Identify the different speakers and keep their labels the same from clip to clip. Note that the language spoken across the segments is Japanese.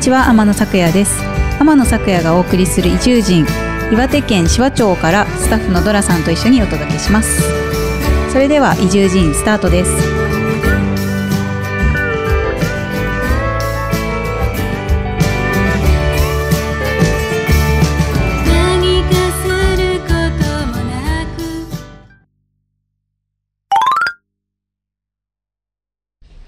Speaker 1: ちは天野咲也です天野咲也がお送りする移住人岩手県紫波町からスタッフのドラさんと一緒にお届けしますそれでは移住人スタートです
Speaker 2: 何かすることもなく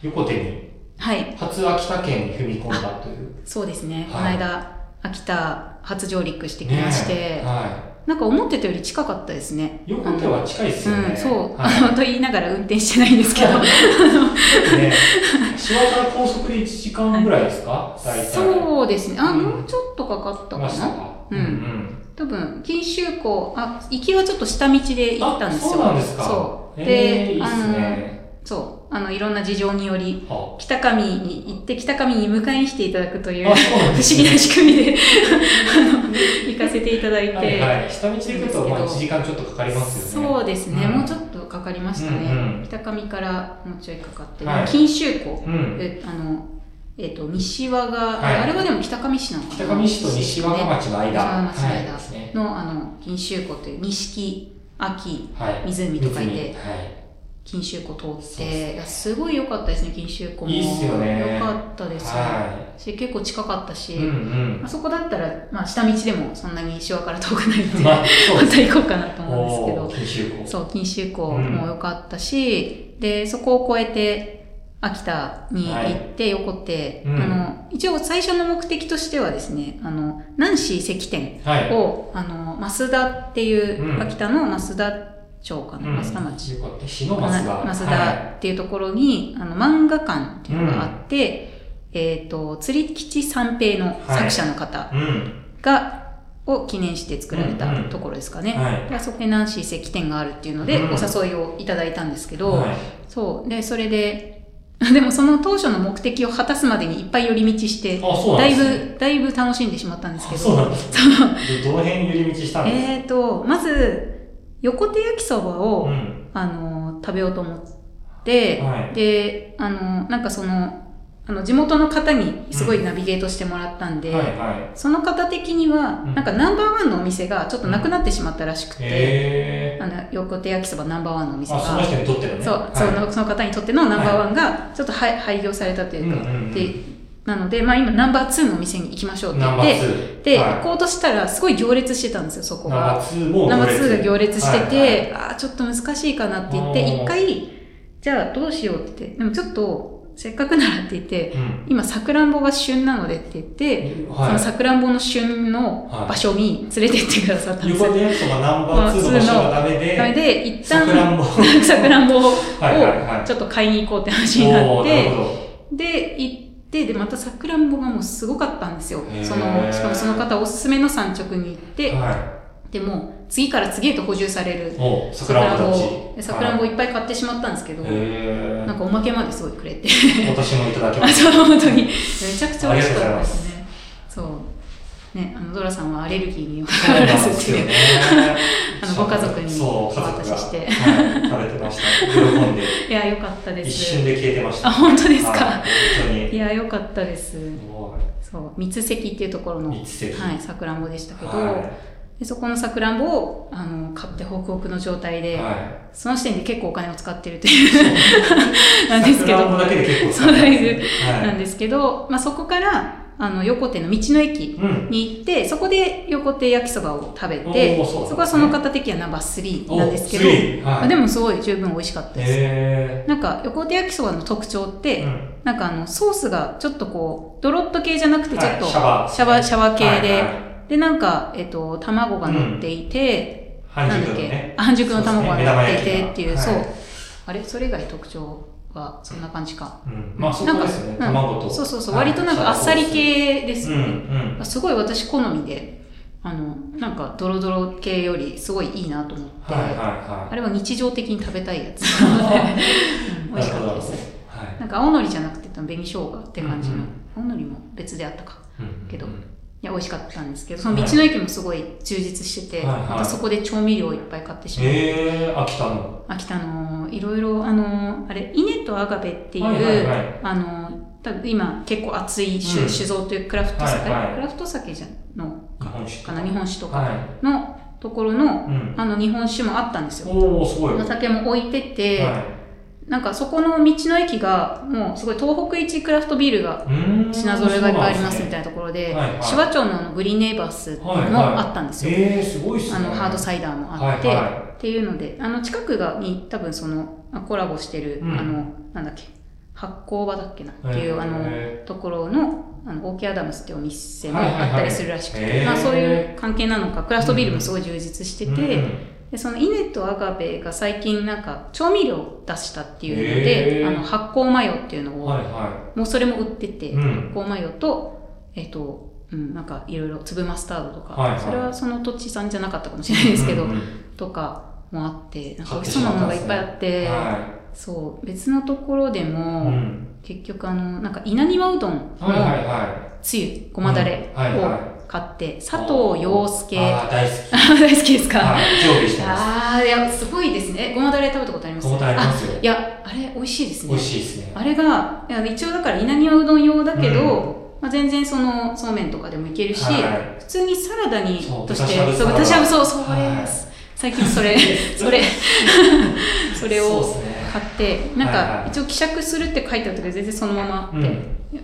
Speaker 3: 横手に、
Speaker 1: はい
Speaker 3: 初秋田県に踏み込んだという。
Speaker 1: そうですね、
Speaker 3: はい
Speaker 1: この間秋田初上陸してきまして、
Speaker 3: ねは
Speaker 1: なんか思ってたより近かったですね
Speaker 3: い。横手は近いですよね。
Speaker 1: うん、そう、
Speaker 3: はい
Speaker 1: あのと言いながら運転してないんです けど
Speaker 3: ね、 島から高速で1時間ぐらいですか、大体。う
Speaker 1: そうですねあ、
Speaker 3: うん
Speaker 1: もうちょっとかかったか
Speaker 3: ました
Speaker 1: な
Speaker 3: か。
Speaker 1: うん
Speaker 3: ん。
Speaker 1: 多分錦州港あ行きはちょっと下道で行ったんですよ
Speaker 3: あそうなんですか。
Speaker 1: そう
Speaker 3: えー、
Speaker 1: で
Speaker 3: いいっすね。
Speaker 1: あのそうあのいろんな事情により
Speaker 3: は
Speaker 1: 北上に行って北上に迎えに来ていただくという 不
Speaker 3: あ
Speaker 1: 思
Speaker 3: そうなんです
Speaker 1: 議
Speaker 3: ね
Speaker 1: な仕組みであの行かせていただいて、
Speaker 3: はいはい。下道で行くと、まあ、
Speaker 1: ですけど
Speaker 3: 1時間ちょっとかかりますよね。
Speaker 1: そうですね、
Speaker 3: うん
Speaker 1: もうちょっとかかりましたね、
Speaker 3: うんうん
Speaker 1: 北上からもうちょいかかって、
Speaker 3: はい
Speaker 1: 錦州港、
Speaker 3: うん
Speaker 1: であのえっと西和が、
Speaker 3: はい
Speaker 1: あれはでも北上市なのかな
Speaker 3: 北上市と西和賀町の間。
Speaker 1: 西和賀町の間
Speaker 3: はいですね。
Speaker 1: のあの錦州港という錦秋
Speaker 3: はい。
Speaker 1: 湖と書いて
Speaker 3: 湖はい。
Speaker 1: 錦州港通っ
Speaker 3: そうです
Speaker 1: ていやすごい良かったですね錦州港も
Speaker 3: いいっすよね
Speaker 1: 良かったです、
Speaker 3: は
Speaker 1: し結構近かったし、
Speaker 3: い。うんうん
Speaker 1: あ。そこだったら、まあ、下道でもそんなに西和から遠くないんで、
Speaker 3: まあ、そう
Speaker 1: ま
Speaker 3: です
Speaker 1: た行こうかなと思うんですけど
Speaker 3: おー九州港。
Speaker 1: そう、錦州港も良かったし、で、そこを越えて、秋田に行って、横手、
Speaker 3: うん
Speaker 1: あの、一応最初の目的としてはですね、あの、ナンシー石店
Speaker 3: はい。
Speaker 1: を、あの、増田っていう、
Speaker 3: うん
Speaker 1: 秋田の増田町かな、増田町。
Speaker 3: よかった。日の
Speaker 1: な
Speaker 3: 松が。
Speaker 1: 増
Speaker 3: は
Speaker 1: 田っていうところに、あの、漫画館っていうのがあって、えっ、と、釣り吉三平の作者の方
Speaker 3: い。うん。
Speaker 1: が、を記念して作られ
Speaker 3: うんう
Speaker 1: た
Speaker 3: ん
Speaker 1: ところですかね。
Speaker 3: はい。
Speaker 1: であそこにナンシー石店があるっていうので、
Speaker 3: うん
Speaker 1: お誘いをいただいたんですけど、
Speaker 3: はい
Speaker 1: そうでそれで でもその当初の目的を果たすまでにいっぱい寄り道して
Speaker 3: あ、そうな
Speaker 1: だ
Speaker 3: ん
Speaker 1: い
Speaker 3: ですね。
Speaker 1: ぶだいぶ楽しんでしまったんですけ
Speaker 3: あそう
Speaker 1: ど
Speaker 3: なんです ね。どどの辺寄り道したんです
Speaker 1: えーとまず横手焼きそば
Speaker 3: か
Speaker 1: を、
Speaker 3: うん。
Speaker 1: あの食べようと思って、
Speaker 3: はい
Speaker 1: であのなんかそのあの地元の方にすごいナビゲートしてもらったんで、
Speaker 3: はいはい。
Speaker 1: その方的には、
Speaker 3: うん
Speaker 1: なんかナンバーワンのお店がちょっとなくなってしまったらしくて、
Speaker 3: え
Speaker 1: あの横手焼きそばナンバーワンのお
Speaker 3: ー。
Speaker 1: 店
Speaker 3: あ、
Speaker 1: が
Speaker 3: その人にとってのね。
Speaker 1: そう、
Speaker 3: はい
Speaker 1: そのその方にとってのナンバーワンがちょっと廃廃業されたというか、
Speaker 3: うんうんうん
Speaker 1: でなので、まあ、今ナンバーツーのお店に行きましょうって
Speaker 3: ナ
Speaker 1: 言っ
Speaker 3: ンバー
Speaker 1: て
Speaker 3: 2。
Speaker 1: で、
Speaker 3: はい
Speaker 1: 行こうとしたらすごい行列してたんですよそこ
Speaker 3: ナンバ
Speaker 1: が
Speaker 3: ー2も
Speaker 1: ナンバーツ
Speaker 3: 列
Speaker 1: ーが行列してて、
Speaker 3: はいはい
Speaker 1: あーちょっと難しいかなって言っ
Speaker 3: あ
Speaker 1: て
Speaker 3: ー
Speaker 1: 一回じゃあどうしようって言ってでもちょっとせっかくならって言って
Speaker 3: うん。
Speaker 1: 今さくらんぼが旬なのでって言って、その
Speaker 3: は
Speaker 1: さくらんぼの旬の場所に連れてってくださったん
Speaker 3: い。
Speaker 1: ですよ、
Speaker 3: 横手焼きそばナンバー2の場所がダメ
Speaker 1: なの
Speaker 3: で、
Speaker 1: で一
Speaker 3: さ
Speaker 1: 旦
Speaker 3: くらんぼ。は
Speaker 1: さくらんぼを
Speaker 3: いはいはい。
Speaker 1: ちょっと買いに行こうって話になっ
Speaker 3: おーな
Speaker 1: て、
Speaker 3: るほど。
Speaker 1: で、行って、で、またさくらんぼがもうすごかったんですよ
Speaker 3: へ。ー
Speaker 1: その、しかもその方おすすめの産直に行って、
Speaker 3: は
Speaker 1: でもう次から次へと補充され
Speaker 3: い。
Speaker 1: る
Speaker 3: おー、さくらんぼたち。
Speaker 1: でさくらんぼ
Speaker 3: はい
Speaker 1: っぱい買ってしまったんですけど、
Speaker 3: え
Speaker 1: なんかおまけまですごいくれて、
Speaker 3: ー。私もいただきま
Speaker 1: あ、
Speaker 3: す。
Speaker 1: そう、本当に、めちゃくちゃ美味しかったですね。そう。ね、あの、ドラさんはアレルギーにお
Speaker 3: そう
Speaker 1: か
Speaker 3: なん
Speaker 1: ら
Speaker 3: で
Speaker 1: ずって
Speaker 3: すよ
Speaker 1: いう。。
Speaker 3: ね
Speaker 1: あのご家族に
Speaker 3: そう
Speaker 1: お渡しして
Speaker 3: 家族がはい、食べてました。喜んで。
Speaker 1: いや、よかったで
Speaker 3: 一
Speaker 1: す。
Speaker 3: 瞬で消えてました。
Speaker 1: あ、本当です
Speaker 3: は
Speaker 1: か。
Speaker 3: い本
Speaker 1: いや、よかったです。
Speaker 3: 当に。も
Speaker 1: そう、三関っていうところ
Speaker 3: う、
Speaker 1: の
Speaker 3: 三、つ席。
Speaker 1: はい、さくらんぼでしたけど、
Speaker 3: は
Speaker 1: でそこのさくらんぼをあの買ってホクホクの状態
Speaker 3: い。
Speaker 1: で、
Speaker 3: は
Speaker 1: その時点で結構お金を使ってるという
Speaker 3: い。
Speaker 1: なんですけど
Speaker 3: 桜のだけで結構
Speaker 1: そうなん
Speaker 3: で。
Speaker 1: ですな
Speaker 3: は
Speaker 1: ん
Speaker 3: い。
Speaker 1: ですけど、まあ、そこからあの横手の道の駅
Speaker 3: うん。
Speaker 1: に行ってそこで横手焼きそばを食べ
Speaker 3: お
Speaker 1: て
Speaker 3: ー
Speaker 1: そ,、
Speaker 3: そうなんですね
Speaker 1: こはその方的にはナンバー3
Speaker 3: お
Speaker 1: なんですけど、
Speaker 3: スリー
Speaker 1: ま
Speaker 3: は
Speaker 1: あ
Speaker 3: い。
Speaker 1: でもすごい十分美味しかったです、
Speaker 3: へ
Speaker 1: なんか横手焼きそばの特徴っ
Speaker 3: ー
Speaker 1: て、
Speaker 3: うん
Speaker 1: なんかあのソースがちょっとこうドロッと系じゃなくてちょっと
Speaker 3: はい
Speaker 1: シ
Speaker 3: シャ
Speaker 1: ャ
Speaker 3: バ
Speaker 1: バ、シャバ系で、
Speaker 3: はいはい
Speaker 1: でなんか、えっと卵が乗っていて、
Speaker 3: 半
Speaker 1: なん
Speaker 3: 熟
Speaker 1: だっ
Speaker 3: の
Speaker 1: け、
Speaker 3: ね。
Speaker 1: 半熟の卵が乗っていてっていう、そ
Speaker 3: そう
Speaker 1: う,、
Speaker 3: ですね
Speaker 1: あれそれ以外特徴はそんな感じか。
Speaker 3: うんまあそこですよね。
Speaker 1: なんか
Speaker 3: 卵と。
Speaker 1: そうそうそう、
Speaker 3: はい
Speaker 1: 割となんかあっさり。系です
Speaker 3: うん
Speaker 1: よ
Speaker 3: う
Speaker 1: ね。
Speaker 3: ん。
Speaker 1: すごい私好みで、あの、なんかドロドロ系よりすごいいいなと思って、
Speaker 3: はいはいはい。
Speaker 1: あれは日常的に食べたいや つなので、うん美味しかったです。
Speaker 3: はい。
Speaker 1: なんか青のりじゃなくて紅生姜って感じの、
Speaker 3: うんうん
Speaker 1: 青のりも別であったか。けど
Speaker 3: うん
Speaker 1: いや美味しかったんですけどその道の駅もすごい充実してて、
Speaker 3: はいはい
Speaker 1: またそこで調味料をいっぱい買ってしまって
Speaker 3: えー、秋田の。
Speaker 1: 秋田のいろいろあのあれ稲とアガベっていう、
Speaker 3: はいはいはい
Speaker 1: あの多分今結構熱い酒,、
Speaker 3: うん
Speaker 1: 酒造というクラフト酒、
Speaker 3: はいはい
Speaker 1: クラフト酒じゃの
Speaker 3: 日本酒
Speaker 1: かな日本酒とか
Speaker 3: は
Speaker 1: のところの、
Speaker 3: い。うん。
Speaker 1: あの日本酒もあったんですよ。
Speaker 3: おー、すごい。
Speaker 1: お酒も置いてて、
Speaker 3: は
Speaker 1: なんかそこの道の駅がもうすごい東北一クラフトビールが
Speaker 3: い、うーん。
Speaker 1: 品揃えがいっぱいありますみ
Speaker 3: い
Speaker 1: たいなところで、
Speaker 3: はいはい
Speaker 1: シュワチョウのあのグリーンネイバースも
Speaker 3: はいはい
Speaker 1: あったんですよ。
Speaker 3: えー、すごいっすね。
Speaker 1: あのハードサイダーもあって、
Speaker 3: はいは
Speaker 1: っていうのであの近くがに多分そのあコラボしてる、
Speaker 3: うん
Speaker 1: あのなんだっけ発酵場だっけなっていう、
Speaker 3: へー
Speaker 1: あのとこい、ところのあのオーケーアダムスっていうお店も
Speaker 3: はいはいは
Speaker 1: あ
Speaker 3: い
Speaker 1: ったりするらしくて、
Speaker 3: へー
Speaker 1: まあ、そういう関係なのかクラフトビールもすごい充実してて、
Speaker 3: うん
Speaker 1: でそのイネとアガベが最近なんか調味料を出したっていうの
Speaker 3: へ
Speaker 1: で
Speaker 3: ー
Speaker 1: あの発酵マヨっていうのを、
Speaker 3: はいは
Speaker 1: もうそれも売ってて、
Speaker 3: うん
Speaker 1: 発酵マヨとえっ、とうん、なんかいろいろ粒マスタードとか、
Speaker 3: はいはい
Speaker 1: それはその土地さんじゃなかったかもしれないですけど、
Speaker 3: うんうん
Speaker 1: とかもあって、なんか
Speaker 3: 買
Speaker 1: 美味
Speaker 3: って
Speaker 1: しそ
Speaker 3: し
Speaker 1: うな
Speaker 3: まっ
Speaker 1: ものが
Speaker 3: たんで
Speaker 1: いっ
Speaker 3: すね
Speaker 1: ぱいあって、
Speaker 3: は
Speaker 1: そう、別のところで
Speaker 3: い。
Speaker 1: も、
Speaker 3: うん
Speaker 1: 結局あの、なんか稲庭うどんの
Speaker 3: はいはい
Speaker 1: つ
Speaker 3: は
Speaker 1: ゆ、ごまだれ
Speaker 3: うんはいは
Speaker 1: を買って、佐藤洋
Speaker 3: い。
Speaker 1: 介、
Speaker 3: あー、大好き。
Speaker 1: 大好きですか、
Speaker 3: はい、常備してます。
Speaker 1: あー、いや、すごいですね。えごまだれ食べたことあります
Speaker 3: ここありますよ
Speaker 1: あ。いや、あれ、美味しいです
Speaker 3: 美
Speaker 1: ね
Speaker 3: 味。しいですね。
Speaker 1: あれが、いや一応だから稲庭うどん用だけど、まあ、全然その、そうめんとかでもいけるし、
Speaker 3: は
Speaker 1: 普通にサラダに
Speaker 3: そう
Speaker 1: として、
Speaker 3: 豚し
Speaker 1: そう、
Speaker 3: ゃぶサラダ
Speaker 1: 豚しゃぶ、そう、それ
Speaker 3: は
Speaker 1: で
Speaker 3: い
Speaker 1: す。最近 それ、それ、
Speaker 3: い
Speaker 1: それを
Speaker 3: そうですね。
Speaker 1: 買って、なん
Speaker 3: はい
Speaker 1: か
Speaker 3: はい
Speaker 1: 一応希釈するって書いてあったけど、全然そのまま
Speaker 3: う
Speaker 1: で
Speaker 3: ん。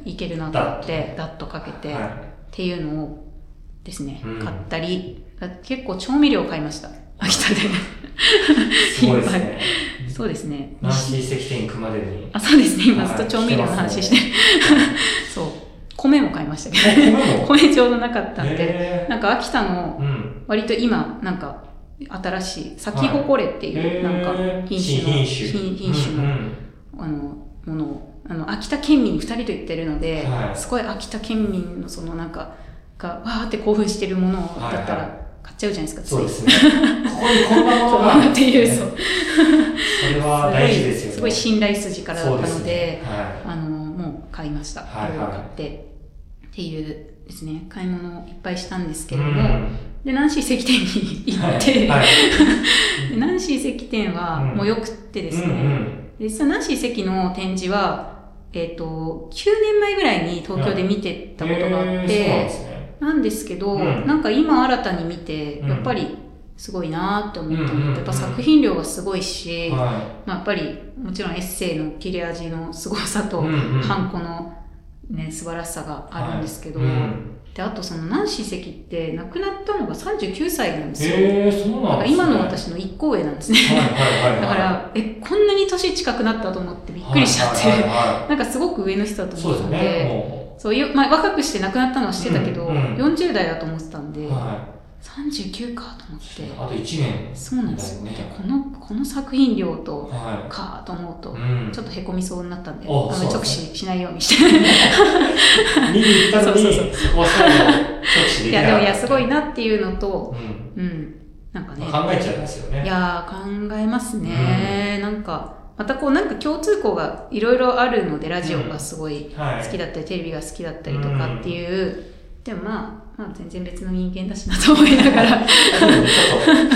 Speaker 1: いけるなと思って、ダッとかけて、っ
Speaker 3: は
Speaker 1: ていうのをですね、
Speaker 3: うん
Speaker 1: 買ったり、あ結構調味料買いました。秋田
Speaker 3: い。すごいです
Speaker 1: い
Speaker 3: ね。
Speaker 1: で。 そうですね。
Speaker 3: ナンシー石店行くまでに。
Speaker 1: あ、そうですね。今ずっと
Speaker 3: はい
Speaker 1: 調味料の話して。そう。米も買いましたけ
Speaker 3: 米
Speaker 1: ど、
Speaker 3: も。
Speaker 1: 米ちょうどなかったんで、
Speaker 3: え
Speaker 1: なんか秋田の
Speaker 3: ーうん。
Speaker 1: 割と今、なんか、新しい、咲き誇れっていう、なんか
Speaker 3: えー
Speaker 1: 品
Speaker 3: 新
Speaker 1: 種の、
Speaker 3: 品
Speaker 1: 品
Speaker 3: 種。
Speaker 1: 品種の
Speaker 3: うん
Speaker 1: あのものをあの秋田県民に2人と言ってるので、
Speaker 3: はい
Speaker 1: すごい秋田県民のそのなんかがわーって興奮してるものを
Speaker 3: はいはい
Speaker 1: だったら買っちゃうじゃないですか、
Speaker 3: うんそう
Speaker 1: つい
Speaker 3: ですね。ここにこのま
Speaker 1: そう
Speaker 3: ま が
Speaker 1: っていう
Speaker 3: ね
Speaker 1: そ
Speaker 3: そうれは大事ですよね。
Speaker 1: すごい
Speaker 3: い
Speaker 1: 信頼筋からだったので
Speaker 3: は
Speaker 1: あのもう買いました、
Speaker 3: は
Speaker 1: い
Speaker 3: いはい
Speaker 1: ろいろ買ってっていうですね買い物をいっぱいしたんです
Speaker 3: い。
Speaker 1: け
Speaker 3: う
Speaker 1: れども、
Speaker 3: ん
Speaker 1: でナンシー石店に行って、
Speaker 3: はい。
Speaker 1: で ナンシー石店は
Speaker 3: うん
Speaker 1: もうよくってですね、
Speaker 3: うんうん。
Speaker 1: 実際ナンシー関の展示は、えっと9年前ぐらいに東京で見てたことがあって、
Speaker 3: えーそうなんですね。
Speaker 1: なんですけど、
Speaker 3: うん
Speaker 1: なんか今新たに見て
Speaker 3: うん
Speaker 1: やっぱりすごいなーって思ったのと、
Speaker 3: うんうんうん
Speaker 1: やっぱ作品量がすごいし、
Speaker 3: は
Speaker 1: まあ、やっぱりもちろんエッセイの切れ味のすごさ
Speaker 3: い。
Speaker 1: と、
Speaker 3: うんうん
Speaker 1: ハンコの、ね、素晴らしさがあるんですけど、
Speaker 3: はいうん
Speaker 1: であとそのナンシー関って亡くなったのが39歳なんですよ。
Speaker 3: えー、そう
Speaker 1: な
Speaker 3: なん
Speaker 1: か
Speaker 3: んですね。
Speaker 1: 今の私の一個上なんですね。
Speaker 3: はいはいはいはい。
Speaker 1: だから、え、こんなに年近くなったと思ってびっくりしちゃって、
Speaker 3: はいはいは
Speaker 1: な
Speaker 3: い
Speaker 1: んかすごく上の人だと
Speaker 3: そう
Speaker 1: 思ってた
Speaker 3: です
Speaker 1: の
Speaker 3: ね。
Speaker 1: で、
Speaker 3: も
Speaker 1: そういう、まあ若くして亡くなったのはしてたけど、
Speaker 3: うんうん
Speaker 1: 40代だと思ってたんで、
Speaker 3: う、は
Speaker 1: 39かと思っ
Speaker 3: い。
Speaker 1: て、
Speaker 3: あと一年。
Speaker 1: そうなんですよ。
Speaker 3: だよね
Speaker 1: でこの、この作品量と、
Speaker 3: は
Speaker 1: かと思う
Speaker 3: い。
Speaker 1: と
Speaker 3: う、ん。
Speaker 1: ちょ
Speaker 3: っ
Speaker 1: っとへこみそうになったんで、あ
Speaker 3: お
Speaker 1: の
Speaker 3: そう
Speaker 1: 直視しないようにして。
Speaker 3: と見に行ったのに、
Speaker 1: そう
Speaker 3: そ
Speaker 1: そ
Speaker 3: こは最後、直視で
Speaker 1: い
Speaker 3: きな
Speaker 1: や、
Speaker 3: い。
Speaker 1: でもいや、すごいなっていうのと、
Speaker 3: うん。
Speaker 1: うん、なんかね、
Speaker 3: まあ考えちゃいますよね。
Speaker 1: いやー考えますね、なんかまたこうなんか共通項がいろいろあるのでラジオがすごい
Speaker 3: はい。
Speaker 1: 好きだったり、テレビが好きだったりとかっていう、でもまあ、まあ全然別の人間だしなと思いなが ら
Speaker 3: でもちょっと重ね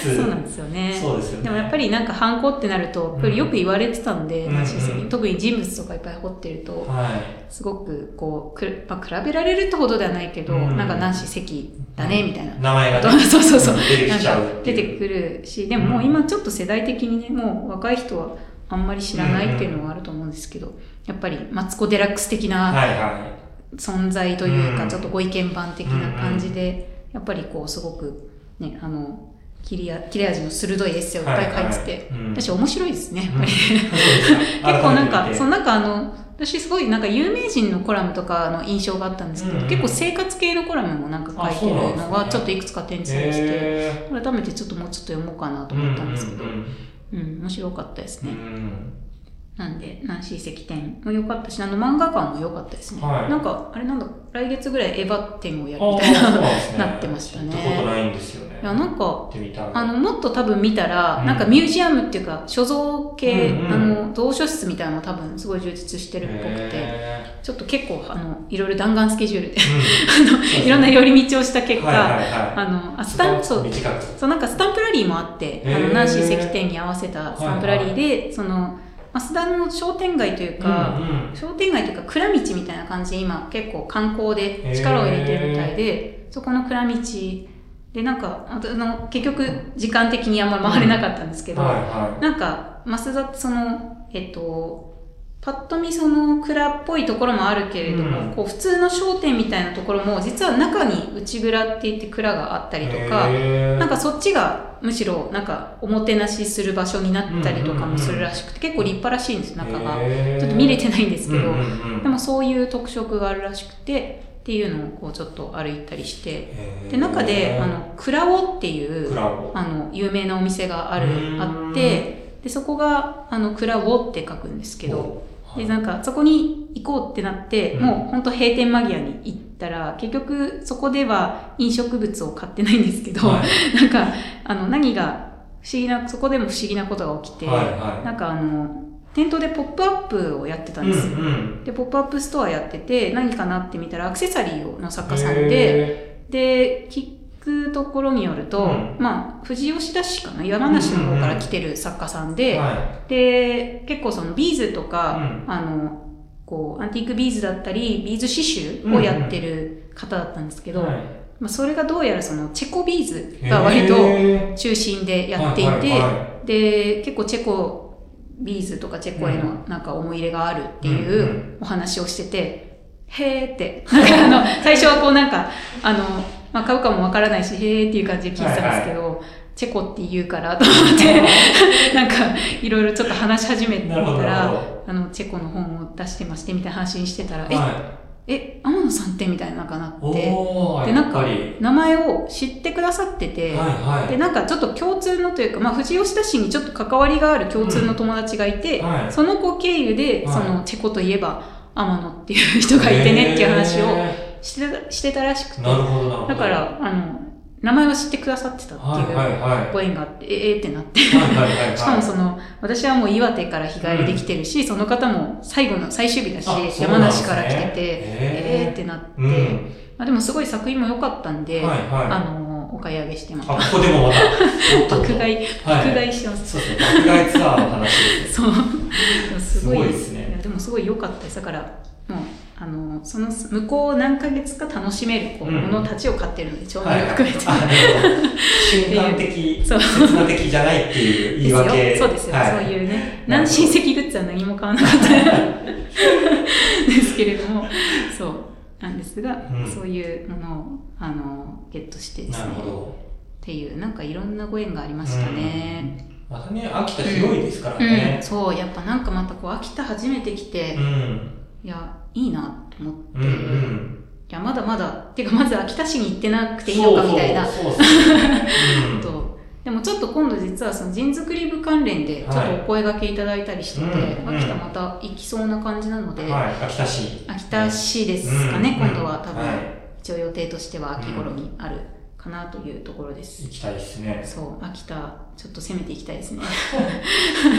Speaker 3: つつ。
Speaker 1: そうなんですよね
Speaker 3: そうですよね。
Speaker 1: でもやっぱりなんか反抗ってなるとやっぱりよく言われてたんで、
Speaker 3: うん
Speaker 1: ナンシーさん
Speaker 3: うん
Speaker 1: 特に人物とかいっぱい掘ってると
Speaker 3: は
Speaker 1: すごくこうくる、まあ、比べられるってほどではないけど、
Speaker 3: うん
Speaker 1: なんかナンシー関だねみたいな、
Speaker 3: い。名前が、ね、
Speaker 1: そうそうそう
Speaker 3: 出て
Speaker 1: な
Speaker 3: き
Speaker 1: ん
Speaker 3: ちゃう
Speaker 1: か出てくるしでももう
Speaker 3: うん
Speaker 1: 今ちょっと世代的にねもう若い人はあんまり知らないっていうのはあると思うんですけどやっぱりマツコ・デラックス的な
Speaker 3: はいは
Speaker 1: 存在というか、
Speaker 3: うん
Speaker 1: ちょっとご意見番的な感じで、やっぱりこうすごくねあの切れや切れ味の鋭いエッセイをいっぱい書いてて、
Speaker 3: はいはいうん
Speaker 1: 私面白いですね やっぱり、
Speaker 3: い。そうですか
Speaker 1: 結構なんか、その
Speaker 3: な、
Speaker 1: なんかあの、私すごいなんか有名人のコラムとかの印象があったんですけど、
Speaker 3: うんうん
Speaker 1: 結構生活系のコラムもなんか書いてる
Speaker 3: あそうな
Speaker 1: の
Speaker 3: んです
Speaker 1: が
Speaker 3: ね
Speaker 1: ちょっといくつか展示されてて、
Speaker 3: え
Speaker 1: 改めてちょっともうちょっと読もうかな
Speaker 3: ー、
Speaker 1: と思ったんですけど、
Speaker 3: う
Speaker 1: うん
Speaker 3: うん
Speaker 1: 面白かったです
Speaker 3: うんう
Speaker 1: ね。
Speaker 3: ん
Speaker 1: なんで、ナンシー石店も良かったし、あの漫画館も良かったですね。
Speaker 3: はい
Speaker 1: なんか、あれなんだ、来月ぐらいエヴァ展をやる
Speaker 3: あ
Speaker 1: み
Speaker 3: あ、
Speaker 1: た
Speaker 3: そう
Speaker 1: いな。い
Speaker 3: なんですね。
Speaker 1: なってましたね
Speaker 3: 行ったことないんですよね。
Speaker 1: や、なん
Speaker 3: 行
Speaker 1: か、
Speaker 3: ってみたい。
Speaker 1: あの、もっと多分見たら、
Speaker 3: うん
Speaker 1: なんかミュージアムっていうか、所蔵系、
Speaker 3: うんうん
Speaker 1: あの、蔵書室みたいなのも多分すごい充実してるっぽくて、
Speaker 3: へ
Speaker 1: ちょっと結構、あの、いろいろ弾丸スケジュー ルで、
Speaker 3: ー
Speaker 1: あの、
Speaker 3: ね
Speaker 1: いろんな寄り道をした結果、
Speaker 3: はいはいはい
Speaker 1: あの、あス
Speaker 3: そ
Speaker 1: タ
Speaker 3: こ
Speaker 1: ン、そう、
Speaker 3: 短く。
Speaker 1: そうなんかスタンプラリーもあって、あ
Speaker 3: へ
Speaker 1: の
Speaker 3: ー
Speaker 1: ナンシー石店に合わせたスタンプラリーで、その増田の商店街というか、
Speaker 3: うん
Speaker 1: 商店街というか蔵道みたいな感じで今結構観光で力を入れてるみたいで、そこの蔵道でなんかあとあの結局時間的にあんま回れなかったんですけ
Speaker 3: うん、
Speaker 1: ど、
Speaker 3: はいは
Speaker 1: なんか増田ってそのえっとパッと見その蔵っぽいところもあるけれども、
Speaker 3: うん
Speaker 1: こう普通の商店みたいなところも実は中に内蔵って言って蔵があった
Speaker 3: い
Speaker 1: りとか、
Speaker 3: へー
Speaker 1: なんかそっちがむしろなんかおもてなしする場所になったりとかもするらしくて、結構立派らしいんです中が、
Speaker 3: へー
Speaker 1: ちょっと見れてないんですけど、
Speaker 3: うんうんうん
Speaker 1: でもそういう特色があるらしくてっていうのをこうちょっと歩いたりして
Speaker 3: へー
Speaker 1: で中であのクラオっていう
Speaker 3: 蔵を
Speaker 1: あの有名なお店がある
Speaker 3: うん
Speaker 1: あってでそこがあのクラオって書くんですけど
Speaker 3: はい
Speaker 1: でなんかそこに行こうってなって、
Speaker 3: うん
Speaker 1: もうほんと閉店間際に行ったら結局そこでは飲食物を買ってないんですけど、
Speaker 3: は
Speaker 1: なんかあの何が不思議なそこでも不思議なことが起きて、
Speaker 3: はいはい
Speaker 1: なんかあの店頭でポップアップをやってたんですよ、
Speaker 3: うんうん
Speaker 1: でポップアップストアやってて何かなってみたらアクセサリーの作家さんで、で聞くところによると、
Speaker 3: うん
Speaker 1: まあ富士吉田市かな山梨の方から来てる作家さんで、
Speaker 3: へーは
Speaker 1: で結構そのビーズとか、
Speaker 3: う
Speaker 1: あのこうアンティークビーズだったりビーズ刺繍をやってる方だったんです
Speaker 3: い
Speaker 1: けど、
Speaker 3: はい
Speaker 1: まあ、それがどうやらそのチェコビーズが割と
Speaker 3: へ
Speaker 1: 中心でやっていて、
Speaker 3: はいはいは
Speaker 1: で結構チェコビーズとかチェコへのなんか思い入れがあるって
Speaker 3: うんう
Speaker 1: いうお話をしてて、へーってなんかあ の最初はこうなんかあの、まあ、買うかもわからないしへーっていう感じで聞いてたんですけど、チェコって言うからと思って なんかいろいろちょっと話し始めてみた
Speaker 3: なるほどなるほ
Speaker 1: らあのチェコの本を出してましてみたいな話にしてたら、
Speaker 3: いは
Speaker 1: ええ天野さんってみたいななんかなっ
Speaker 3: い
Speaker 1: て。
Speaker 3: おー
Speaker 1: でなんか
Speaker 3: やっぱり
Speaker 1: 名前を知ってくださってて、
Speaker 3: はいはい
Speaker 1: でなんかちょっと共通のというか、まあ、富士吉田市にちょっと関わりがある共通の友達がいて、
Speaker 3: うんはい
Speaker 1: その子経由で、
Speaker 3: はい
Speaker 1: そのチェコといえば天野っていう人がいてねっていう話を
Speaker 3: へ
Speaker 1: してたしてたらしくて
Speaker 3: ーなるほどなるほど
Speaker 1: だからあの名前は知ってくださってた
Speaker 3: はい
Speaker 1: って
Speaker 3: はい
Speaker 1: いう
Speaker 3: はい
Speaker 1: ご縁があって、ええーってなって。
Speaker 3: はいはいはいは い
Speaker 1: しかもその私はもう岩手から日帰りできてるし、その方も最後の最終日だし
Speaker 3: あそうなんですね
Speaker 1: 山梨から来てて
Speaker 3: へー
Speaker 1: えーってなって、
Speaker 3: うん
Speaker 1: まあ、でもすごい作品も良かったんで、
Speaker 3: はいはい
Speaker 1: あのお買い上げしてます
Speaker 3: あここでもまたおっとっと
Speaker 1: 爆買い、
Speaker 3: はい
Speaker 1: 爆買いしてます
Speaker 3: そうですね爆買いツアーの話ですね
Speaker 1: そう。でもすごい
Speaker 3: すごいですね
Speaker 1: いやでもすごい良かったです。だから、もう、あの、その向こう何ヶ月か楽しめるこう
Speaker 3: うん
Speaker 1: ものたちを買ってるので、調
Speaker 3: は
Speaker 1: 味
Speaker 3: い
Speaker 1: 料含めて。
Speaker 3: あなるほど瞬間的
Speaker 1: そう
Speaker 3: 刹那的じゃないっていう言い
Speaker 1: で
Speaker 3: 訳
Speaker 1: すよそうですよ、
Speaker 3: はい
Speaker 1: そういうね。
Speaker 3: なる
Speaker 1: 何
Speaker 3: ほど
Speaker 1: 親戚グッズは何も買わなかった ですけれども、そうなんですが、
Speaker 3: うん
Speaker 1: そういうものを、あの、ゲットしてです
Speaker 3: な
Speaker 1: ね。
Speaker 3: るほ
Speaker 1: っ
Speaker 3: ど
Speaker 1: ていう、なんかいろんなご縁がありましたね。
Speaker 3: またね秋田広いですからね
Speaker 1: うん、そう、やっぱなんかまたこう、秋田初めて来て、
Speaker 3: うん
Speaker 1: いや、いいなと思って、
Speaker 3: うんうん
Speaker 1: いや、まだまだ、てかまず秋田市に行ってなくていいのかみたいな。
Speaker 3: そうそうそうそうですねうん
Speaker 1: とでもちょっと今度実はその人づくり部関連でちょっとお声掛けいただいたりしてて、
Speaker 3: はいうん
Speaker 1: 秋田また行きそうな感じなの で、
Speaker 3: はい秋田市
Speaker 1: 秋田市ですかね、
Speaker 3: うん
Speaker 1: 今度は多分、
Speaker 3: い
Speaker 1: 一応予定としては秋頃にあるかなというところです。
Speaker 3: 行きたいですね
Speaker 1: そう、秋田、ちょっと攻めていきたいですね。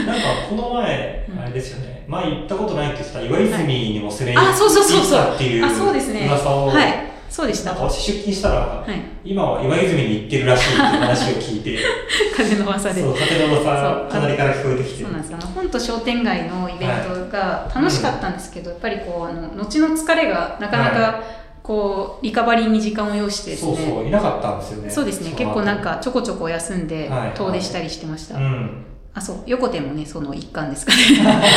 Speaker 3: なんかこの前
Speaker 1: うん
Speaker 3: あれですよね前行ったことないって言ってた岩泉にも攻めに
Speaker 1: あ、
Speaker 3: 行
Speaker 1: そうそうそう
Speaker 3: っ
Speaker 1: そう。
Speaker 3: たっていう
Speaker 1: あ、そうですね。
Speaker 3: 噂を
Speaker 1: はい、そうでし
Speaker 3: な
Speaker 1: た。
Speaker 3: んか
Speaker 1: は
Speaker 3: 私出勤したら
Speaker 1: い、
Speaker 3: 今は岩泉に行ってるらしいっていう話を 聞いて
Speaker 1: 風の噂で
Speaker 3: そ。う縦の
Speaker 1: そ
Speaker 3: 噂
Speaker 1: う
Speaker 3: 隣から聞こえてきて
Speaker 1: そうなんですあの本と商店街のイベントが楽しかったんですけど、やっぱりこうあの後の疲れがなかなかこうリカバリーに時間を要してです
Speaker 3: そう
Speaker 1: ね
Speaker 3: そういなかったんですよね
Speaker 1: そうですね
Speaker 3: の後
Speaker 1: 結構なんかちょこちょこ休んで
Speaker 3: はい
Speaker 1: 遠出したりしてました、
Speaker 3: うん
Speaker 1: あそう横手もねその一環ですか ね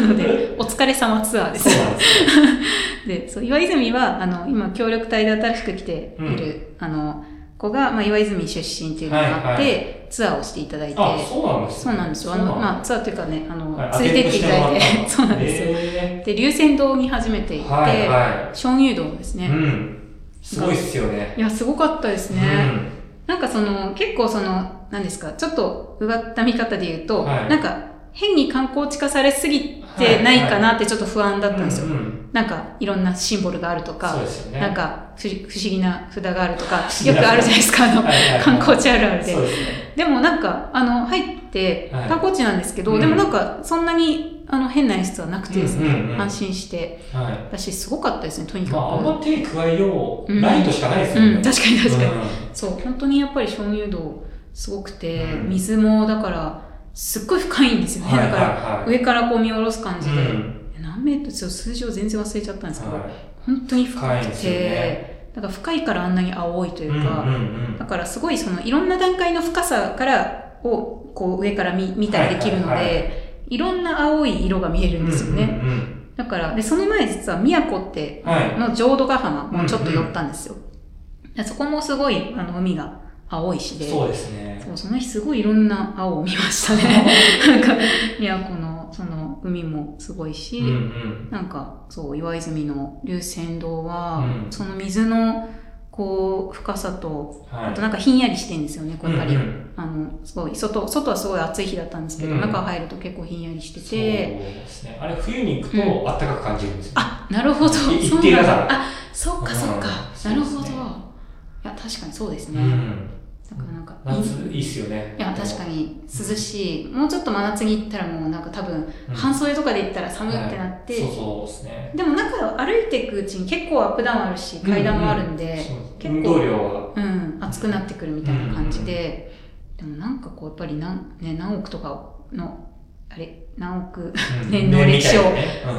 Speaker 1: なのでお疲れ様ツアーで
Speaker 3: そう
Speaker 1: す
Speaker 3: なんですよ
Speaker 1: でそう岩泉はあの今協力隊で新しく来ている、あの子が、まあ、岩泉出身っていうのがあって、
Speaker 3: は
Speaker 1: ツアーをしていただいて
Speaker 3: あそうなんです
Speaker 1: そうなんですよ。あの、まあ、ツアーというかね、あの、
Speaker 3: あ
Speaker 1: 連れてっていただい て、そうなんですよ。
Speaker 3: よ
Speaker 1: で、龍泉堂に初めて行って、
Speaker 3: はいは
Speaker 1: 鍾乳洞です
Speaker 3: い
Speaker 1: ね、
Speaker 3: うんすごいっすよね
Speaker 1: いや、すごかったです
Speaker 3: う
Speaker 1: ね。
Speaker 3: ん
Speaker 1: なんかその、結構その、何ですか、ちょっとうがった見方で言うと、
Speaker 3: はい
Speaker 1: なんか、変に観光地化されすぎてないかなってちょっと不安だったんですよ。
Speaker 3: うんうん
Speaker 1: なんか、いろんなシンボルがあるとか、
Speaker 3: そうですよね
Speaker 1: なんか不思議、不思議な札があるとか、
Speaker 3: 不
Speaker 1: よ
Speaker 3: 思議
Speaker 1: く
Speaker 3: な札
Speaker 1: あるじゃないですか、あの、
Speaker 3: はいはいはい
Speaker 1: 観光地あるあるで
Speaker 3: そう。ですね
Speaker 1: でもなんか、あの、入って、
Speaker 3: はい
Speaker 1: 観光地なんですけど、
Speaker 3: うん
Speaker 1: でもなんか、そんなに、あの、変な演出はなくてですね、
Speaker 3: うんうんうん
Speaker 1: 安心して。
Speaker 3: はい
Speaker 1: 私、すごかったですね、とにかく。
Speaker 3: まああんま手加えよ
Speaker 1: うん
Speaker 3: うライトしかないですよ
Speaker 1: うん、
Speaker 3: ね
Speaker 1: 確かに確かに。
Speaker 3: うん
Speaker 1: そう、本当にやっぱり鍾乳洞、すごくて、
Speaker 3: うん
Speaker 1: 水も、だから、すっごい深いんですよね。
Speaker 3: は
Speaker 1: だ
Speaker 3: いはい
Speaker 1: から、
Speaker 3: はい。
Speaker 1: 上からこう見下ろす感じで、
Speaker 3: うん
Speaker 1: 何メートル、ちょっと数字を全然忘れちゃったんですけど、
Speaker 3: はい
Speaker 1: 本当に深
Speaker 3: 深いん
Speaker 1: く
Speaker 3: です
Speaker 1: て、
Speaker 3: よね。
Speaker 1: だから深いからあんなに青いとい
Speaker 3: うんうん
Speaker 1: う
Speaker 3: う
Speaker 1: か、
Speaker 3: ん
Speaker 1: だからすごいそのいろんな段階の深さからをこう上から見見たりできるので、
Speaker 3: はいいはい
Speaker 1: ろんな青い色が見えるんですよね。
Speaker 3: うんうん
Speaker 1: だから、で、その前実は宮古って
Speaker 3: うんはい。
Speaker 1: の浄土ヶ浜もちょっと寄ったんですよ。でそこもすごいあの海が青いしで、
Speaker 3: そうですね。
Speaker 1: そうその日すごいいろんな青を見ました ね。なんか、宮古のその海もすごいし、
Speaker 3: うんうん。
Speaker 1: なんか、そう、岩泉の龍泉洞は、
Speaker 3: うん
Speaker 1: その水の、こう、深さと、
Speaker 3: はい。
Speaker 1: あとなんかひんやりしてんですよね、こうやっぱり。
Speaker 3: うんうん
Speaker 1: あの、すごい、外、外はすごい暑い日だったんですけど、
Speaker 3: うん
Speaker 1: 中入ると結構ひんやりして
Speaker 3: そう
Speaker 1: て、
Speaker 3: ですね。あれ、冬に行くと
Speaker 1: う
Speaker 3: 暖かく感じるんですよ。
Speaker 1: あ、なるほど。
Speaker 3: い
Speaker 1: そう
Speaker 3: 行ってる
Speaker 1: なん
Speaker 3: だから
Speaker 1: あ、そっかそっか。
Speaker 3: うん
Speaker 1: なるほど。
Speaker 3: そうで
Speaker 1: い
Speaker 3: すね
Speaker 1: や、確かにそうです
Speaker 3: う
Speaker 1: ね。
Speaker 3: ん。
Speaker 1: だからなんか、いい
Speaker 3: 夏、いいっすよね。
Speaker 1: いや、確かに涼しい。もうちょっと真夏に行ったらもうなんか多分、
Speaker 3: うん
Speaker 1: 半袖とかで行ったら寒ってなって、
Speaker 3: そうそうですね。
Speaker 1: でも中を歩いていくうちに結構アップダウンあるし、階段もあるんで、
Speaker 3: そう
Speaker 1: 結構
Speaker 3: 運動量は。
Speaker 1: うん、暑くなってくるみたいな感じで、でもなんかこう、やっぱり何、ね、何億とかの、あれ、何億年の歴史を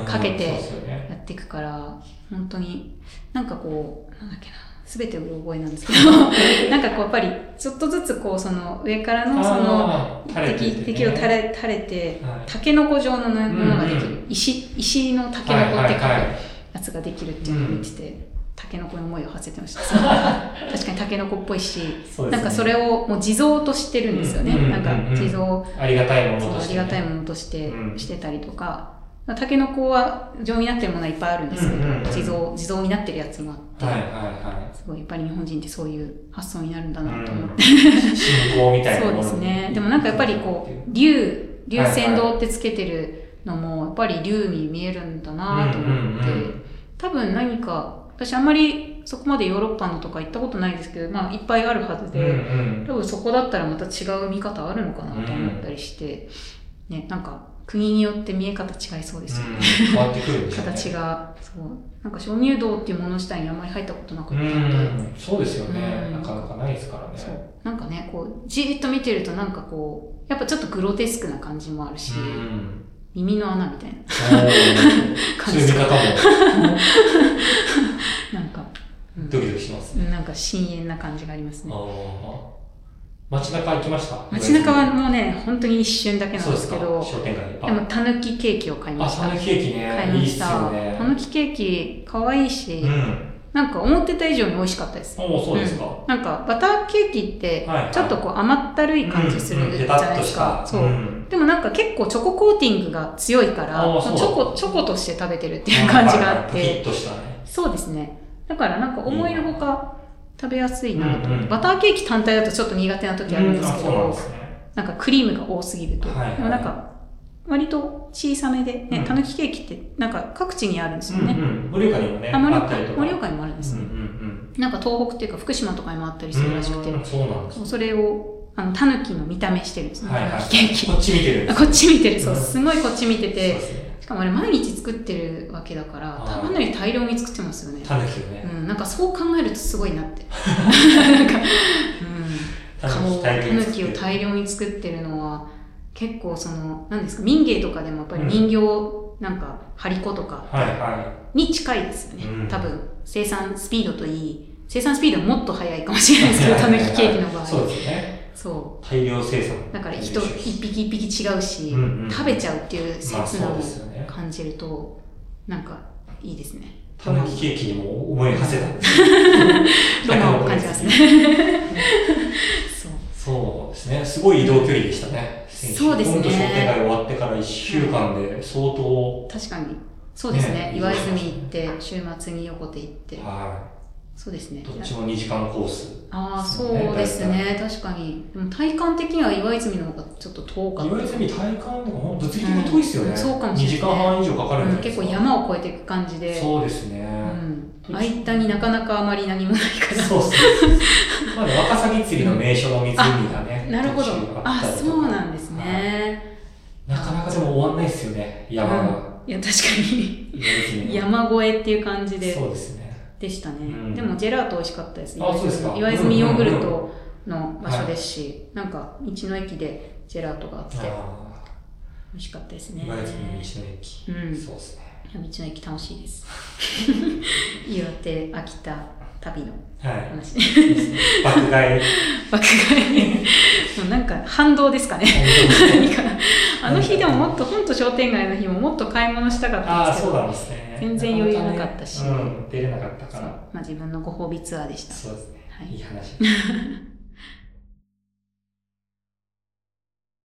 Speaker 1: かけて
Speaker 3: うんうんそうっすよね
Speaker 1: やっていくから、本当に、なんかこう、なんだっけな、すべてうろ覚えなんですけ ど、なんかこう、やっぱり、ちょっとずつこう、その、上からの、その、
Speaker 3: あー垂れてて
Speaker 1: 敵、
Speaker 3: ね
Speaker 1: 敵を垂れ、垂れて、
Speaker 3: はい
Speaker 1: タケノコ状のなものができる、
Speaker 3: うん
Speaker 1: 石石のタケノコって書く
Speaker 3: はいはい
Speaker 1: や
Speaker 3: はい
Speaker 1: つができるっていうのを見てて、タケノコに思いを馳せてま した確かにタケノコっぽいし、
Speaker 3: そうですね
Speaker 1: なんかそれをもう地蔵としてるんですよね、
Speaker 3: うんうんうん
Speaker 1: な
Speaker 3: うん
Speaker 1: んか地蔵を
Speaker 3: ありがたいも
Speaker 1: そう
Speaker 3: のと
Speaker 1: あ
Speaker 3: して
Speaker 1: り
Speaker 3: ね。
Speaker 1: がたいものとして、
Speaker 3: うん
Speaker 1: してたりとかタケノコは状になってるものはいっぱいあるんですけど、
Speaker 3: うんうんうん
Speaker 1: 地蔵地蔵になってるやつもあって、
Speaker 3: はいはいは
Speaker 1: すごいやっぱり日本人ってそういう発想になるんだ
Speaker 3: い。
Speaker 1: なと思って、
Speaker 3: うん信仰みたいな
Speaker 1: そ
Speaker 3: も
Speaker 1: う
Speaker 3: の
Speaker 1: ですね。でもなんかやっぱりこう、竜、竜泉堂ってつけてるのも、やっぱり竜に見えるんだなと思って、
Speaker 3: うんうんうん
Speaker 1: 多分何か、私あんまりそこまでヨーロッパのとか行ったことないですけど、まあいっぱいあるはず
Speaker 3: うん
Speaker 1: で、
Speaker 3: うん。
Speaker 1: 多分そこだったらまた違う見方あるのかなと思ったりして、ね、なんか国によって見え方違いそうですよね。
Speaker 3: うん変わってくるんですよね。
Speaker 1: 形が、そう。なんか鍾乳洞っていうもの自体にあんまり入ったことなか
Speaker 3: う
Speaker 1: ったので、
Speaker 3: ん、そうですよ
Speaker 1: う
Speaker 3: ね。
Speaker 1: ん
Speaker 3: なかなかないですからね。
Speaker 1: そうなんかねこうじーっと見てるとなんかこうやっぱちょっとグロテスクな感じもあるし、
Speaker 3: うん。
Speaker 1: 耳の穴み たいな
Speaker 3: そう
Speaker 1: 感
Speaker 3: いう
Speaker 1: じ
Speaker 3: 見
Speaker 1: が
Speaker 3: 方も
Speaker 1: なんか、うん
Speaker 3: ドキドキしますね。
Speaker 1: なんか深淵な感じがあります
Speaker 3: あ
Speaker 1: ね
Speaker 3: ー街中行きました
Speaker 1: 街中はもうね本当に一瞬だけなん
Speaker 3: そう
Speaker 1: で
Speaker 3: です
Speaker 1: す
Speaker 3: か
Speaker 1: けど
Speaker 3: 商店街
Speaker 1: でもたぬきケーキを買い
Speaker 3: あ、
Speaker 1: ま
Speaker 3: あ
Speaker 1: し
Speaker 3: サ
Speaker 1: た
Speaker 3: ヌキケーキね
Speaker 1: 買。い
Speaker 3: い
Speaker 1: ま
Speaker 3: いっす
Speaker 1: した
Speaker 3: よね。
Speaker 1: たぬきケーキ可愛いし、
Speaker 3: うん。
Speaker 1: なんか思ってた以上に美味しかったです
Speaker 3: おお、そうですか。
Speaker 1: なんかバターケーキって
Speaker 3: はいはい
Speaker 1: ちょっとこう甘ったるい感じす
Speaker 3: うんう
Speaker 1: る
Speaker 3: ん
Speaker 1: じ
Speaker 3: ペ
Speaker 1: ゃ
Speaker 3: タ
Speaker 1: ない
Speaker 3: ッと
Speaker 1: で
Speaker 3: し
Speaker 1: す
Speaker 3: た
Speaker 1: か。そううんでもなんか結構チョココーティングが強いから、
Speaker 3: あー
Speaker 1: チ
Speaker 3: そう
Speaker 1: ョコ、チョコとして食べてるっていう感じがあっ
Speaker 3: はいはいはいピ
Speaker 1: て、
Speaker 3: キッとしたね。
Speaker 1: そうですね。だからなんか思いのほか食べやすいなと
Speaker 3: う
Speaker 1: 思
Speaker 3: ん
Speaker 1: っ
Speaker 3: う
Speaker 1: て、
Speaker 3: ん
Speaker 1: バターケーキ単体だとちょっと苦手な時あるんですけど、
Speaker 3: うんあそうなんで
Speaker 1: な
Speaker 3: すね。
Speaker 1: んかクリームが多すぎると。
Speaker 3: はいはい
Speaker 1: でもなんか割と小さめで、
Speaker 3: う
Speaker 1: ね
Speaker 3: ん、
Speaker 1: たぬきケーキってなんか各地にあるんですよ
Speaker 3: うんう
Speaker 1: ね。
Speaker 3: ん。盛岡にもね、
Speaker 1: あ、盛
Speaker 3: あったりと
Speaker 1: 岡、
Speaker 3: か。
Speaker 1: 盛岡にもあるんです
Speaker 3: うんう
Speaker 1: ね。
Speaker 3: ん
Speaker 1: なんか東北っていうか福島とかにもあったり
Speaker 3: うん。
Speaker 1: するらしくて、
Speaker 3: うんそうなんです。
Speaker 1: そうそれを、あの、たぬきの見た目してるんですね。
Speaker 3: はいは
Speaker 1: た
Speaker 3: い。
Speaker 1: ぬきケーキ。
Speaker 3: こっち見てるんで
Speaker 1: あ
Speaker 3: す。
Speaker 1: こっち見てる、そう、
Speaker 3: うん
Speaker 1: すごいこっち見て
Speaker 3: そう
Speaker 1: て
Speaker 3: で、すね。
Speaker 1: しかもあれ毎日作ってるわけだから、
Speaker 3: あー
Speaker 1: かなり大量に作ってますよね。
Speaker 3: タヌキをね
Speaker 1: う。ん、なんかそう考えるとすごいな って。なんか、うん、顔、
Speaker 3: 狸
Speaker 1: タ
Speaker 3: 大量に
Speaker 1: ヌ
Speaker 3: 作って
Speaker 1: キ
Speaker 3: る
Speaker 1: を大量に作ってるのは、結構その、何ですか、民芸とかでもやっぱり人形、なんか、張り子とか
Speaker 3: はいは
Speaker 1: に近いですよね。
Speaker 3: うん
Speaker 1: 多分、生産スピードといい、生産スピードはもっと速いかもしれないですけど、タヌキケーキの場
Speaker 3: そ
Speaker 1: 合。
Speaker 3: うですね。
Speaker 1: そう。
Speaker 3: 大量生産。
Speaker 1: だから人一匹一匹違うし、
Speaker 3: うんうん
Speaker 1: 食べちゃうっていう切
Speaker 3: まあそ
Speaker 1: な
Speaker 3: う
Speaker 1: を
Speaker 3: ですよね。
Speaker 1: 感じると、なんかいいですね。
Speaker 3: たぬきケーキにも思いを馳せた。
Speaker 1: ロマンを感じますね。 そう。
Speaker 3: そうですね。すごい移動距離でしたね。先週
Speaker 1: そうですね
Speaker 3: 本当商店街終わってから1週間で相当、
Speaker 1: 確かに。そうですね。
Speaker 3: ね
Speaker 1: 岩泉行って、週末に横手行って。
Speaker 3: は
Speaker 1: そうです
Speaker 3: い。
Speaker 1: ね
Speaker 3: ど。っちも2時間コース。
Speaker 1: ああ、
Speaker 3: そ
Speaker 1: そう
Speaker 3: ね
Speaker 1: うですね。確かに。でも体感的には岩泉の方がちょっと遠かった。
Speaker 3: 岩泉体感でもほんと物理的に遠いですよね。
Speaker 1: うんそうかもしれない
Speaker 3: 2時間半以上かか
Speaker 1: うん
Speaker 3: るんじゃないです
Speaker 1: 結
Speaker 3: か。
Speaker 1: 構山を越えていく感じで。
Speaker 3: そうです
Speaker 1: う
Speaker 3: ね。
Speaker 1: ん。間になかなかあまり何もないから。
Speaker 3: そうそうそう。まだワカサギ釣りの名所の湖が ね。
Speaker 1: なるほど
Speaker 3: 途中。
Speaker 1: あ
Speaker 3: ったりとか
Speaker 1: そうなんですね。
Speaker 3: なかなかでも終わんないですよね。山が。
Speaker 1: いや、確かに。
Speaker 3: 岩泉の
Speaker 1: 山越えっていう感じで、
Speaker 3: そうですね。
Speaker 1: でしたね、
Speaker 3: うん
Speaker 1: でもジェラート美味しかったです。
Speaker 3: あそうですか
Speaker 1: 岩泉ヨーグルトの場所ですし、なんか道の駅で、ジェラートがあって
Speaker 3: あ
Speaker 1: 美味しかったです
Speaker 3: ー
Speaker 1: ね
Speaker 3: 今月の道の駅、
Speaker 1: うん
Speaker 3: そうですね
Speaker 1: いや道の駅楽しいです 岩手秋田旅の
Speaker 3: は
Speaker 1: 話
Speaker 3: いいいですね爆買い
Speaker 1: 爆買いもうなんか反動ですかね何かあの日でももっと本当商店街の日ももっと買い物したかったん
Speaker 3: ああ
Speaker 1: ですけ
Speaker 3: そう
Speaker 1: ど
Speaker 3: なんですね
Speaker 1: 全然余裕なかったし
Speaker 3: なかなかねうん、出れなかったか
Speaker 1: そう
Speaker 3: ら
Speaker 1: まあ、自分のご褒美ツアーでした
Speaker 3: そうですね、
Speaker 1: はい
Speaker 3: い、い話